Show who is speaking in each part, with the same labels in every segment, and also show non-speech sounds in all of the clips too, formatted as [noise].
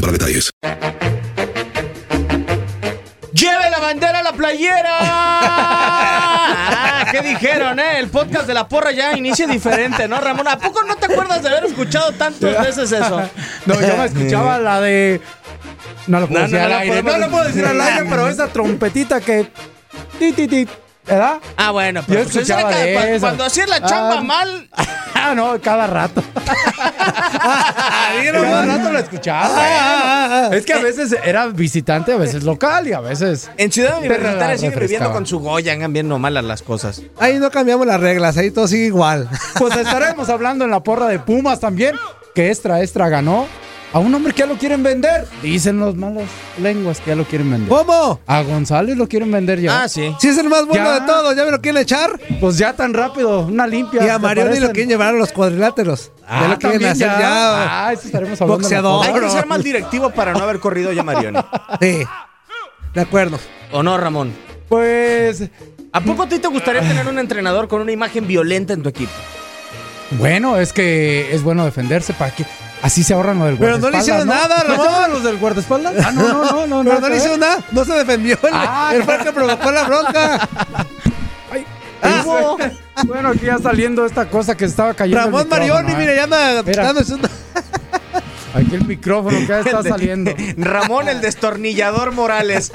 Speaker 1: para detalles.
Speaker 2: ¡Lleve la bandera a la
Speaker 3: [laughs]
Speaker 2: playera! Ah, ¿Qué dijeron, eh? El podcast de la porra ya inicia diferente, ¿no, Ramón? ¿A poco no te acuerdas de haber escuchado tantas veces eso?
Speaker 3: [laughs] No, yo me escuchaba la de. No lo puedo
Speaker 2: No,
Speaker 3: decir
Speaker 2: no,
Speaker 3: al
Speaker 2: no
Speaker 3: aire.
Speaker 2: podemos
Speaker 3: No lo puedo decir al aire, pero esa trompetita que. Ti, ti, ti, ¿Verdad?
Speaker 2: [laughs]
Speaker 3: [laughs]
Speaker 2: Ah, bueno, pero
Speaker 3: Yo
Speaker 2: pues esa
Speaker 3: escuchaba
Speaker 2: era
Speaker 3: de
Speaker 2: cada- cua-
Speaker 3: esas.
Speaker 2: cuando hacías la chamba
Speaker 3: Ah.
Speaker 2: mal.
Speaker 3: Ah, no, cada rato. cada rato lo ah, escuchaba. es que a veces era visitante, a veces local y a veces.
Speaker 2: En Ciudad Universitaria
Speaker 3: re-
Speaker 2: siguen viviendo
Speaker 3: refrescaba.
Speaker 2: con su Goya, andan bien malas las cosas.
Speaker 3: ¿Eh?
Speaker 4: Ahí no cambiamos las reglas, ahí todo sigue igual.
Speaker 3: [laughs] Pues estaremos hablando en la porra de Pumas también, que Extra Extra ganó a un hombre que ya lo quieren vender. Dicen los malos lenguas que ya lo quieren vender.
Speaker 4: ¿Cómo?
Speaker 3: A González lo quieren vender ya.
Speaker 2: Ah, sí.
Speaker 4: Si es el más bueno
Speaker 3: Ya.
Speaker 4: de todos, ya me lo quieren echar.
Speaker 3: Pues ya tan rápido, una limpia.
Speaker 4: Y a
Speaker 3: ¿te
Speaker 4: Marioni
Speaker 3: parecen?
Speaker 4: lo quieren llevar a los cuadriláteros.
Speaker 3: Ah,
Speaker 4: ya lo quieren
Speaker 3: también
Speaker 4: hacer ya.
Speaker 3: Ah, eso estaremos hablando. en la
Speaker 4: boxeador.
Speaker 2: Hay
Speaker 3: porra.
Speaker 2: que ser mal directivo para no haber corrido ya Marioni.
Speaker 3: [laughs]
Speaker 4: Sí. De acuerdo.
Speaker 2: ¿O no, Ramón?
Speaker 3: Pues
Speaker 2: ¿A poco a ti te gustaría tener un entrenador con una imagen violenta en tu
Speaker 3: [laughs]
Speaker 2: equipo?
Speaker 3: bueno, es que es bueno defenderse para que así se ahorran lo del
Speaker 4: Pero no le
Speaker 3: guardaespaldas,
Speaker 4: hicieron nada,
Speaker 3: ¿No
Speaker 4: Ramón.
Speaker 3: estaban los del guardaespaldas? Ah, no, no, no, no.
Speaker 4: Pero
Speaker 3: nada
Speaker 4: no
Speaker 3: que
Speaker 4: le
Speaker 3: ver.
Speaker 4: hicieron nada, no se defendió. El-
Speaker 3: Ah.
Speaker 4: el fue el que provocó la bronca.
Speaker 3: Ah, bueno, aquí ya saliendo esta cosa que estaba cayendo. el
Speaker 4: Ramón
Speaker 3: micrófono,
Speaker 4: Marioni,
Speaker 3: ah.
Speaker 4: mira, ya anda
Speaker 3: Mira.
Speaker 4: dándose una.
Speaker 3: Aquí el micrófono que ya
Speaker 4: [laughs]
Speaker 3: está saliendo.
Speaker 2: Ramón, el destornillador Morales.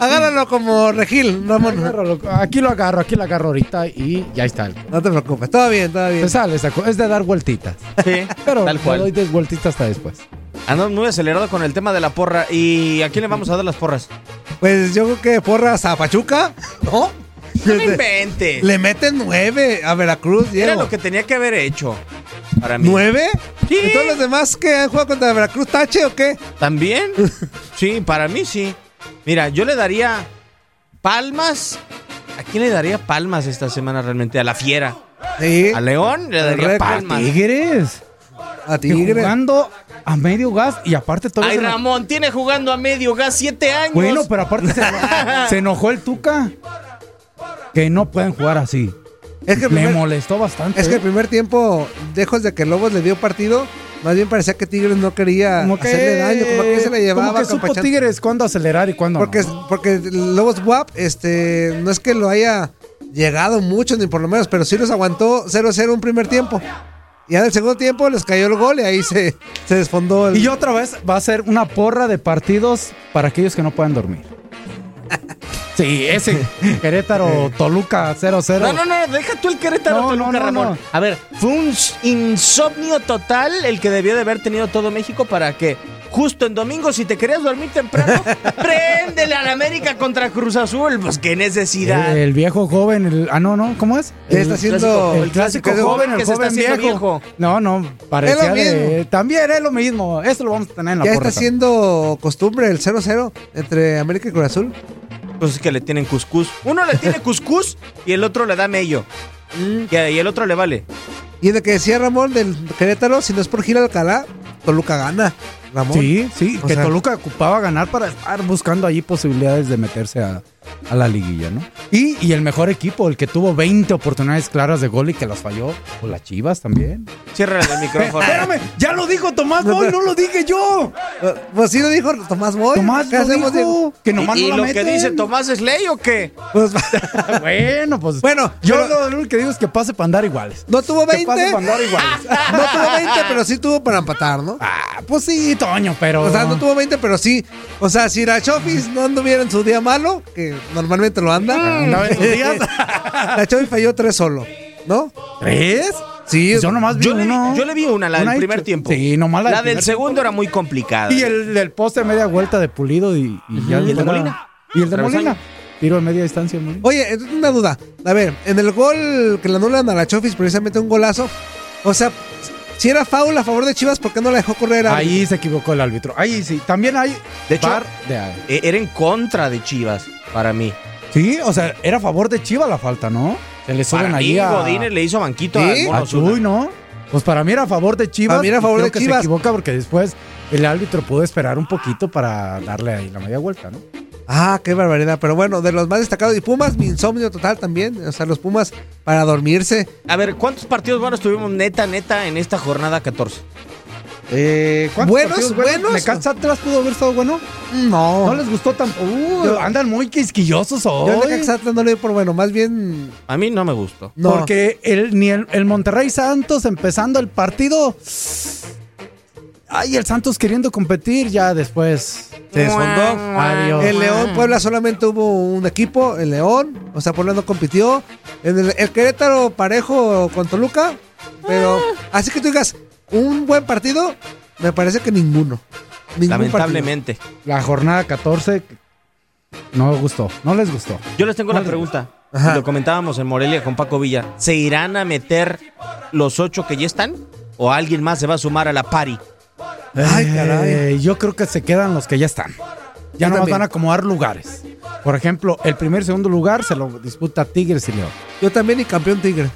Speaker 4: Agárralo como regil, Ramón.
Speaker 3: Agárralo, Aquí lo agarro, aquí lo agarro ahorita y ya está.
Speaker 4: No te preocupes, todo bien, todo bien.
Speaker 3: Se sale, esa co- es de dar vueltitas.
Speaker 2: Sí,
Speaker 3: Pero
Speaker 2: tal cual.
Speaker 3: le doy 10 vueltitas hasta después.
Speaker 2: Andamos muy acelerado con el tema de la porra. ¿Y a quién le vamos a dar las porras?
Speaker 4: Pues yo creo que porras a Pachuca, ¿no?
Speaker 2: No me inventes.
Speaker 4: Le meten nueve a Veracruz,
Speaker 2: Era
Speaker 4: Diego.
Speaker 2: lo que tenía que haber hecho. Para mí.
Speaker 4: ¿Nueve?
Speaker 2: Sí.
Speaker 4: ¿Y todos los demás que han jugado contra Veracruz, tache o qué?
Speaker 2: ¿También? Sí, para mí sí. Mira, yo le daría palmas. ¿A quién le daría palmas esta semana realmente? A la fiera.
Speaker 4: Sí.
Speaker 2: A León le daría
Speaker 4: Correcto.
Speaker 2: palmas.
Speaker 3: Tigres.
Speaker 4: A
Speaker 3: que
Speaker 4: Tigres.
Speaker 3: Jugando a medio gas y aparte todo
Speaker 2: Ay, Ramón, tiene jugando a medio gas siete años.
Speaker 3: Bueno, pero
Speaker 2: [laughs]
Speaker 3: aparte se, se enojó el Tuca. Que no pueden jugar así.
Speaker 4: Es que, el
Speaker 3: Me
Speaker 4: primer,
Speaker 3: molestó bastante.
Speaker 4: es que el
Speaker 3: ¿eh?
Speaker 4: primer tiempo, lejos de que Lobos le dio partido, más bien parecía que Tigres no quería
Speaker 3: como que,
Speaker 4: hacerle daño, como que se la llevaba
Speaker 3: como que supo
Speaker 4: compachando.
Speaker 3: Tigres cuándo acelerar y cuándo
Speaker 4: Porque,
Speaker 3: no.
Speaker 4: porque Lobos WAP, este, no es que lo haya llegado mucho, ni por lo menos, pero sí los aguantó 0-0 un primer tiempo. Y en el segundo tiempo les cayó el gol y ahí se, se desfondó el.
Speaker 3: Y
Speaker 4: [laughs]
Speaker 3: otra vez va a ser una porra de partidos para aquellos que no puedan dormir. Sí, ese Querétaro Toluca 0-0.
Speaker 2: No, no, no, deja tú el Querétaro
Speaker 3: No,
Speaker 2: Toluca,
Speaker 3: no, no,
Speaker 2: Ramón.
Speaker 3: no.
Speaker 2: A ver, fue un s- insomnio total el que debió de haber tenido todo México para que justo en domingo, si te querías dormir
Speaker 3: [laughs]
Speaker 2: temprano, préndele al América contra Cruz Azul. Pues qué necesidad.
Speaker 3: El, el viejo joven, el ah no, no, ¿cómo es?
Speaker 4: Él está haciendo
Speaker 2: el clásico
Speaker 4: es-
Speaker 2: joven, que se está haciendo viejo.
Speaker 3: No, no,
Speaker 4: Es
Speaker 3: parecía
Speaker 4: lo
Speaker 3: de-
Speaker 4: mismo.
Speaker 3: también es lo mismo. Eso lo vamos a tener en la
Speaker 4: Ya
Speaker 3: porra
Speaker 4: está
Speaker 3: también.
Speaker 4: siendo costumbre el 0-0 entre América y Cruz Azul.
Speaker 2: Pues es que le tienen cuscús. Uno le tiene cuscús y el otro le da mello.
Speaker 3: Mm.
Speaker 2: Y, y el otro le vale.
Speaker 4: Y de que decía Ramón del Querétaro, si no es por Gil Alcalá, Toluca gana. Ramón.
Speaker 3: Sí, sí,
Speaker 4: O
Speaker 3: que
Speaker 4: sea-
Speaker 3: Toluca ocupaba ganar para estar buscando allí posibilidades de meterse a, a la liguilla, ¿no? Y, y el mejor equipo, el que tuvo 20 oportunidades claras de gol y que las falló, o las Chivas también.
Speaker 2: Ciérrale
Speaker 3: [laughs]
Speaker 2: el micrófono.
Speaker 3: Espérame, ya lo dijo Tomás
Speaker 4: No,
Speaker 3: Boy,
Speaker 4: pero-
Speaker 3: no lo dije yo.
Speaker 4: [laughs] Eh, Pues sí lo dijo Tomás Boy.
Speaker 3: Tomás
Speaker 4: ¿Qué
Speaker 3: lo dijo,
Speaker 4: hacemos, Diego?
Speaker 3: que nomás
Speaker 2: ¿Y
Speaker 3: no la
Speaker 2: lo que
Speaker 3: meten.
Speaker 2: dice
Speaker 3: [laughs]
Speaker 2: Tomás es ley o qué?
Speaker 4: Pues,
Speaker 3: bueno, pues
Speaker 4: Bueno,
Speaker 3: yo
Speaker 4: pero-
Speaker 3: lo único que digo es que pase para andar iguales.
Speaker 4: no tuvo Ah.
Speaker 3: Que
Speaker 4: 20.
Speaker 3: pase para andar iguales.
Speaker 4: [laughs] No tuvo 20, pero sí tuvo para empatar, ¿no?
Speaker 3: Ah, pues sí, Toño, pero
Speaker 4: O sea, no tuvo 20, pero sí. O sea, si la Chofis no anduviera en su día malo, que normalmente lo anda.
Speaker 3: Ah, Andaba en sus
Speaker 4: [laughs]
Speaker 3: días.
Speaker 4: la Chofis falló tres solo, ¿no?
Speaker 3: ¿Tres?
Speaker 4: Sí.
Speaker 3: Pues yo nomás vi
Speaker 2: Yo le, vi,
Speaker 3: uno.
Speaker 2: yo le vi una, la del
Speaker 3: Una y
Speaker 2: primer
Speaker 3: ch-
Speaker 2: tiempo.
Speaker 3: Sí, nomás la,
Speaker 2: La del
Speaker 3: primer-
Speaker 2: segundo era muy complicada.
Speaker 3: Y el del poste a media vuelta de Pulido y, y ya
Speaker 2: ¿Y el de
Speaker 3: fuera-
Speaker 2: Molina?
Speaker 3: Y el de
Speaker 2: Travesaño.
Speaker 3: Molina. Tiro de media distancia, Molina.
Speaker 4: Oye, entonces, una duda. A ver, en el gol que le anulan a la Chofis, precisamente un golazo. O sea, si era foul a favor de Chivas, ¿por qué no la dejó correr a
Speaker 3: Ahí se equivocó el árbitro. Ahí sí. También hay
Speaker 2: De hecho-
Speaker 3: VAR de-
Speaker 2: E- Era en contra de Chivas, para mí.
Speaker 3: Sí, o sea, era a favor de Chiva la falta, ¿no? Se
Speaker 2: Para
Speaker 3: le suben
Speaker 2: mí,
Speaker 3: ahí a,
Speaker 2: Godínez le hizo banquito
Speaker 4: ¿Sí?
Speaker 2: al Mono
Speaker 3: a
Speaker 2: Zuna.
Speaker 3: Chuy, ¿no? Pues para mí era a favor de Chivas.
Speaker 4: Para mí era a
Speaker 3: y
Speaker 4: favor
Speaker 3: creo
Speaker 4: de
Speaker 3: que
Speaker 4: Chivas.
Speaker 3: se equivoca porque después el árbitro pudo esperar un poquito para darle ahí la media vuelta, ¿no?
Speaker 4: Ah, qué barbaridad. Pero bueno, de los más destacados. Y Pumas, mi insomnio total también. O sea, los Pumas para dormirse.
Speaker 2: A ver, ¿cuántos partidos buenos tuvimos neta, neta en esta jornada 14?
Speaker 3: Eh,
Speaker 4: Buenos,
Speaker 3: partidos
Speaker 4: buenos.
Speaker 3: Necaxa Atlas pudo haber estado bueno.
Speaker 4: mm, No.
Speaker 3: No les gustó tampoco. andan muy quisquillosos hoy.
Speaker 4: Oh. Uh. Yo al Necaxa Atlas no le doy por bueno. Más bien.
Speaker 2: A mí no me gustó.
Speaker 4: No.
Speaker 3: Porque el, ni el, el Monterrey Santos empezando el partido. Ay, el Santos queriendo competir ya después.
Speaker 4: Se desfondó.
Speaker 3: Adiós.
Speaker 4: El León, Puebla solamente hubo un equipo, el León, o sea, Puebla no compitió. En el, el Querétaro parejo con Toluca, pero así que tú digas, un buen partido, me parece que ninguno. Ningún
Speaker 2: Lamentablemente.
Speaker 3: La jornada 14 no gustó, no les gustó.
Speaker 2: Yo les tengo la pregunta.
Speaker 4: Ajá.
Speaker 2: Lo comentábamos en Morelia con Paco Villa. ¿Se irán a meter los ocho que ya están? ¿O alguien más se va a sumar a la pari?
Speaker 4: Ay, caray.
Speaker 3: Eh, yo creo que se quedan los que ya están. Ya no
Speaker 4: también.
Speaker 3: van a acomodar lugares. Por ejemplo, el primer y segundo lugar se lo disputa Tigres y León.
Speaker 4: partido. Yo también y campeón Tigre.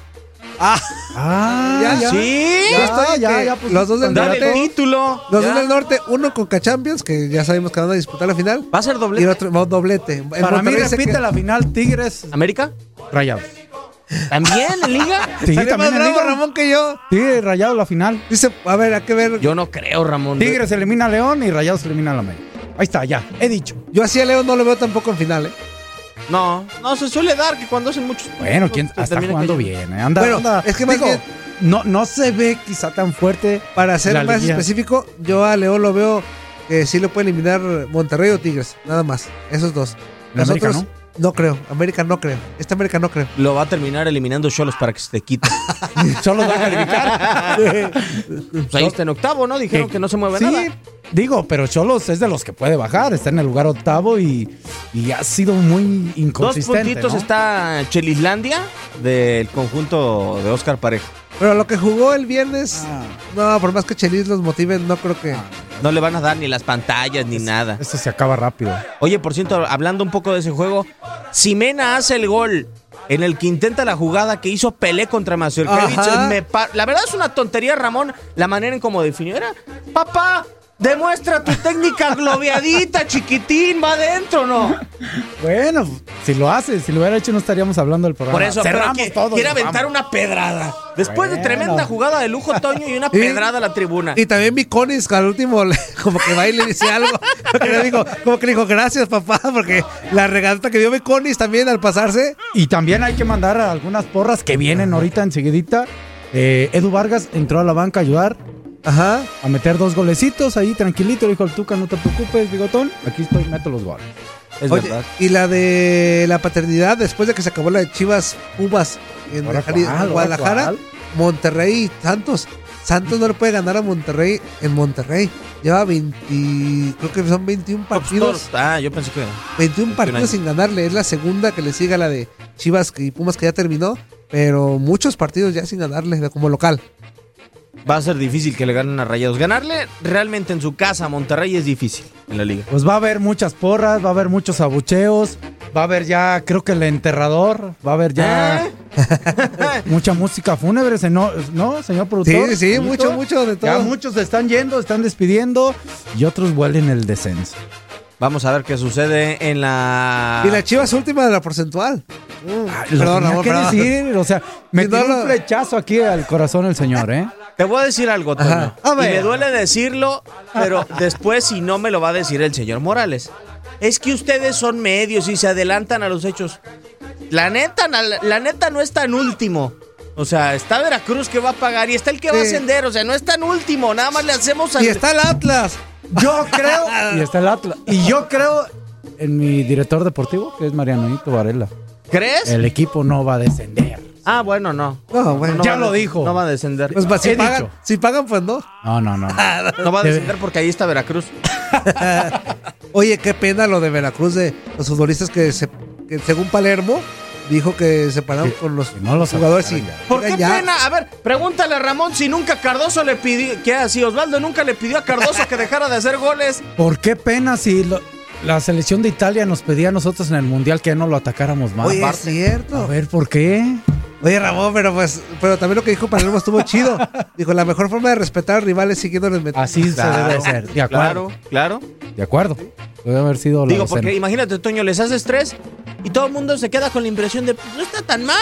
Speaker 3: Ah,
Speaker 4: Ya, ya.
Speaker 2: ¿Sí?
Speaker 4: Yo estoy en
Speaker 3: ya,
Speaker 4: que
Speaker 3: ya, pues,
Speaker 4: los dos del
Speaker 2: Dale
Speaker 4: norte,
Speaker 2: título.
Speaker 4: los
Speaker 2: Ya.
Speaker 4: dos del norte, uno con Cachampions, que ya sabemos que van a disputar la final,
Speaker 2: ¿Va a ser
Speaker 4: y el
Speaker 2: doble?
Speaker 4: otro va un doblete. El
Speaker 3: Para mí
Speaker 4: Monterrey se
Speaker 3: repite
Speaker 4: queda-
Speaker 3: la final Tigres
Speaker 2: ¿América?
Speaker 3: Rayados.
Speaker 2: ¿También en
Speaker 3: [laughs]
Speaker 2: liga?
Speaker 3: Sí,
Speaker 4: Salió más
Speaker 3: también en
Speaker 4: bravo
Speaker 3: Liga.
Speaker 4: Ramón que yo.
Speaker 3: Tigres Rayados la final.
Speaker 4: Dice, a ver, hay que ver. Yo,
Speaker 2: Yo no creo, Ramón.
Speaker 3: Tigres elimina a León y Rayados elimina a la América. Ahí está, ya, he dicho.
Speaker 4: así a León no lo veo tampoco en final, ¿eh?
Speaker 2: No, no, se suele dar que cuando hacen muchos.
Speaker 3: Bueno, ¿quién
Speaker 2: Pues,
Speaker 3: está
Speaker 2: termina
Speaker 3: jugando
Speaker 2: cayendo.
Speaker 3: bien? eh. Anda,
Speaker 4: Bueno,
Speaker 3: anda.
Speaker 4: es que más
Speaker 3: Digo,
Speaker 4: bien-
Speaker 3: no, no se ve quizá tan fuerte.
Speaker 4: Para ser
Speaker 3: La
Speaker 4: más
Speaker 3: liguilla.
Speaker 4: específico, yo a León lo veo que sí lo puede eliminar Monterrey o Tigres, nada más. Esos dos.
Speaker 3: En América,
Speaker 4: otros, no creo. América no creo. Esta América no creo.
Speaker 2: Lo va a terminar eliminando Cholos para que se te quite.
Speaker 3: Solo [laughs] va
Speaker 2: [laughs]
Speaker 3: a calificar.
Speaker 2: Pues ahí está en octavo, ¿no? Dijeron
Speaker 3: Que-
Speaker 2: que no se mueve
Speaker 3: sí,
Speaker 2: nada.
Speaker 3: digo, pero Cholos es de los que puede bajar. Está en el lugar octavo y, y ha sido muy
Speaker 2: Dos
Speaker 3: inconsistente.
Speaker 2: puntitos
Speaker 3: ¿no?
Speaker 2: está Chelislandia del conjunto de Oscar Parejo.
Speaker 4: Pero lo que jugó el viernes,
Speaker 3: Ah.
Speaker 4: no, por más que Chelis los motive, no creo que.
Speaker 2: No le van a dar ni las pantallas ni nada.
Speaker 3: Esto se acaba rápido.
Speaker 2: Oye, por cierto, hablando un poco de ese juego, Simena hace el gol en el que intenta la jugada que hizo Pelé contra
Speaker 4: Ajá.
Speaker 2: Mazurkiewicz. Me pa- La verdad es una tontería, Ramón, la manera en cómo definió. Era, papá, demuestra tu técnica globiadita,
Speaker 3: [laughs]
Speaker 2: chiquitín, va adentro, ¿no?
Speaker 3: Bueno, si lo hace, si lo hubiera hecho, no estaríamos hablando del programa.
Speaker 2: Por eso, pero
Speaker 3: cerramos
Speaker 2: que-
Speaker 3: todo.
Speaker 2: quiere
Speaker 3: y
Speaker 2: aventar
Speaker 3: vamos.
Speaker 2: una pedrada. Después de
Speaker 3: Bueno.
Speaker 2: tremenda jugada de lujo, Toño,
Speaker 3: [laughs]
Speaker 2: y una
Speaker 4: Y-
Speaker 2: pedrada a la tribuna.
Speaker 4: Y también Viconis, que al último, le- [laughs] como que va y le dice algo. Porque le dijo, como que le dijo, gracias, papá, porque la regalata que dio Viconis también al pasarse.
Speaker 3: Y también hay que mandar a algunas porras que vienen ahorita enseguidita. Eh, Edu Vargas entró a la banca a ayudar
Speaker 4: Ajá.
Speaker 3: a meter dos golecitos ahí tranquilito. Le dijo al Tuca, no te preocupes, bigotón. Aquí estoy, meto los goles.
Speaker 2: Es
Speaker 4: Oye,
Speaker 2: verdad.
Speaker 4: y la de la paternidad, después de que se acabó la de Chivas Cubas en
Speaker 3: ¿Ahora
Speaker 4: Jari-
Speaker 3: cuál? ¿Ahora
Speaker 4: Guadalajara,
Speaker 3: cuál?
Speaker 4: Monterrey y Santos. Santos no le puede ganar a Monterrey en Monterrey. Lleva 20, creo que son 21 partidos,
Speaker 2: Ah, yo pensé que.
Speaker 4: 21
Speaker 2: años.
Speaker 4: partidos sin ganarle. Es la segunda que le sigue a la de Chivas y Pumas que ya terminó, pero muchos partidos ya sin ganarle de- como local.
Speaker 2: Va a ser difícil que le ganen a Rayados. Ganarle realmente en su casa a Monterrey es difícil en la liga.
Speaker 3: Pues va a haber muchas porras, va a haber muchos abucheos, va a haber ya, creo que el enterrador, va a haber ya [laughs] mucha música fúnebre, se- ¿no, ¿no, señor productor?
Speaker 4: Sí, ¿Eh? sí,
Speaker 3: Señorito.
Speaker 4: mucho, mucho de
Speaker 3: Ya
Speaker 4: todo.
Speaker 3: muchos se están yendo, están despidiendo y otros vuelen el descenso.
Speaker 2: Vamos a ver qué sucede en
Speaker 3: Ah,
Speaker 2: la.
Speaker 4: Y la Chivas última de la porcentual. Mm,
Speaker 3: Lo
Speaker 4: perdón,
Speaker 3: tenía
Speaker 4: Ramón,
Speaker 3: que
Speaker 4: perdón.
Speaker 3: decir, o sea, me
Speaker 4: Sí, no
Speaker 3: dio un
Speaker 4: lo-
Speaker 3: flechazo aquí al corazón el señor, ¿eh?
Speaker 2: Te voy a decir algo, Toño.
Speaker 4: Ajá. A ver.
Speaker 2: Y me duele decirlo, pero después si no me lo va a decir el señor Morales. Es que ustedes son medios y se adelantan a los hechos. La neta, na- la, neta no es tan último. O sea, está Veracruz que va a pagar y está el que va a
Speaker 4: Sí.
Speaker 2: ascender. O sea, no es tan último. Nada más le hacemos al...
Speaker 4: Y está el Atlas.
Speaker 3: Yo creo. y está el Atlas. Y yo creo en mi director deportivo, que es Marianoito Varela.
Speaker 2: ¿Crees?
Speaker 4: Eh.
Speaker 3: El equipo no va a descender.
Speaker 2: Ah, bueno, no.
Speaker 4: No, bueno.
Speaker 2: No
Speaker 3: Ya
Speaker 2: va a
Speaker 3: lo
Speaker 2: des-
Speaker 3: dijo.
Speaker 2: No va a descender.
Speaker 4: Pues va, si,
Speaker 3: He
Speaker 4: pagan,
Speaker 3: dicho.
Speaker 4: si pagan, pues no.
Speaker 3: No, no, no.
Speaker 2: No va a
Speaker 3: Debe-
Speaker 2: descender porque ahí está Veracruz.
Speaker 4: Oye, qué pena lo de Veracruz, de los futbolistas que, se, que según Palermo dijo que se pararon con los,
Speaker 3: que no los
Speaker 4: jugadores. Y,
Speaker 3: sacaran
Speaker 2: ¿Por
Speaker 4: mira,
Speaker 2: qué
Speaker 4: ya.
Speaker 2: pena? A ver, pregúntale a Ramón si nunca Cardoso le pidió. ¿Qué así? Osvaldo nunca le pidió a Cardoso que dejara de hacer goles.
Speaker 3: ¿Por qué pena si lo- la selección de Italia nos pedía a nosotros en el Mundial que no lo atacáramos más?
Speaker 4: Oye, es
Speaker 3: Aparte. a
Speaker 4: cierto.
Speaker 3: ver, ¿por qué?
Speaker 4: Oye, Ramón, pero pues, pero también lo que dijo Palermo estuvo
Speaker 3: [laughs]
Speaker 4: chido. Dijo, la mejor forma de respetar al rival es siguiéndoles metiendo.
Speaker 3: Así se debe de ser. De acuerdo.
Speaker 2: [laughs] Claro, claro.
Speaker 3: De acuerdo. Debe haber sido la
Speaker 2: Digo, porque
Speaker 3: decena.
Speaker 2: imagínate, Toño, les haces tres y todo el mundo se queda con la impresión de "Pues, no está tan mal.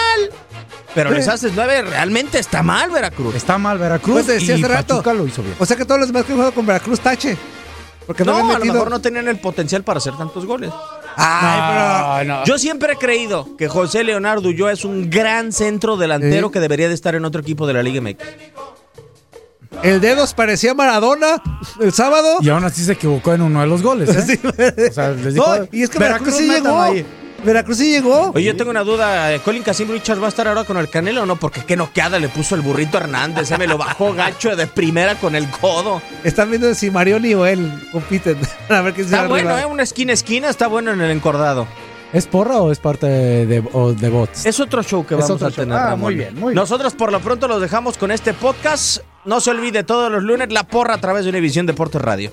Speaker 2: Pero les haces nueve, realmente está mal, Veracruz.
Speaker 3: Está mal Veracruz
Speaker 4: Pues decía
Speaker 3: y
Speaker 4: hace rato.
Speaker 3: Pachuca lo hizo bien.
Speaker 4: O sea que todos los demás que han jugado con Veracruz, tache. Porque no,
Speaker 2: No,
Speaker 4: habían
Speaker 2: a lo
Speaker 4: metido.
Speaker 2: mejor no tenían el potencial para hacer tantos goles.
Speaker 4: Ay,
Speaker 3: Ah, No, no.
Speaker 2: Yo siempre he creído que José Leonardo Ulloa es un gran centro delantero
Speaker 4: Sí.
Speaker 2: que debería de estar en otro equipo de la Liga MX.
Speaker 4: pero el dedos parecía Maradona el sábado.
Speaker 3: Y aún así se equivocó en uno de los goles.
Speaker 4: [laughs]
Speaker 3: ¿eh? O sea, les dijo,
Speaker 4: No, y es que Veracruz, sí
Speaker 3: métanlo
Speaker 4: llegó.
Speaker 3: ahí".
Speaker 4: Veracruz sí llegó.
Speaker 2: Oye, yo tengo una duda. eh, ¿Colin Casim Richard va a estar ahora con el Canelo o no? Porque qué noqueada le puso el burrito Hernández. eh, Me lo
Speaker 3: [laughs]
Speaker 2: bajó gacho de primera con el codo.
Speaker 4: Están viendo si Marioni o él compiten. [laughs] A ver quién se va
Speaker 2: Está
Speaker 4: a
Speaker 2: bueno,
Speaker 4: arribar.
Speaker 2: ¿eh? Una esquina a esquina está bueno en el encordado.
Speaker 3: ¿Es porra o es parte de, o de bots?
Speaker 2: Es otro show que
Speaker 3: Es
Speaker 2: vamos
Speaker 3: otro
Speaker 2: a
Speaker 3: show.
Speaker 2: tener.
Speaker 3: Ah,
Speaker 2: Ramón.
Speaker 3: muy bien, muy bien.
Speaker 2: Nosotros por lo pronto los dejamos con este podcast. No se olvide todos los lunes la porra a través de Univisión Deportes Radio.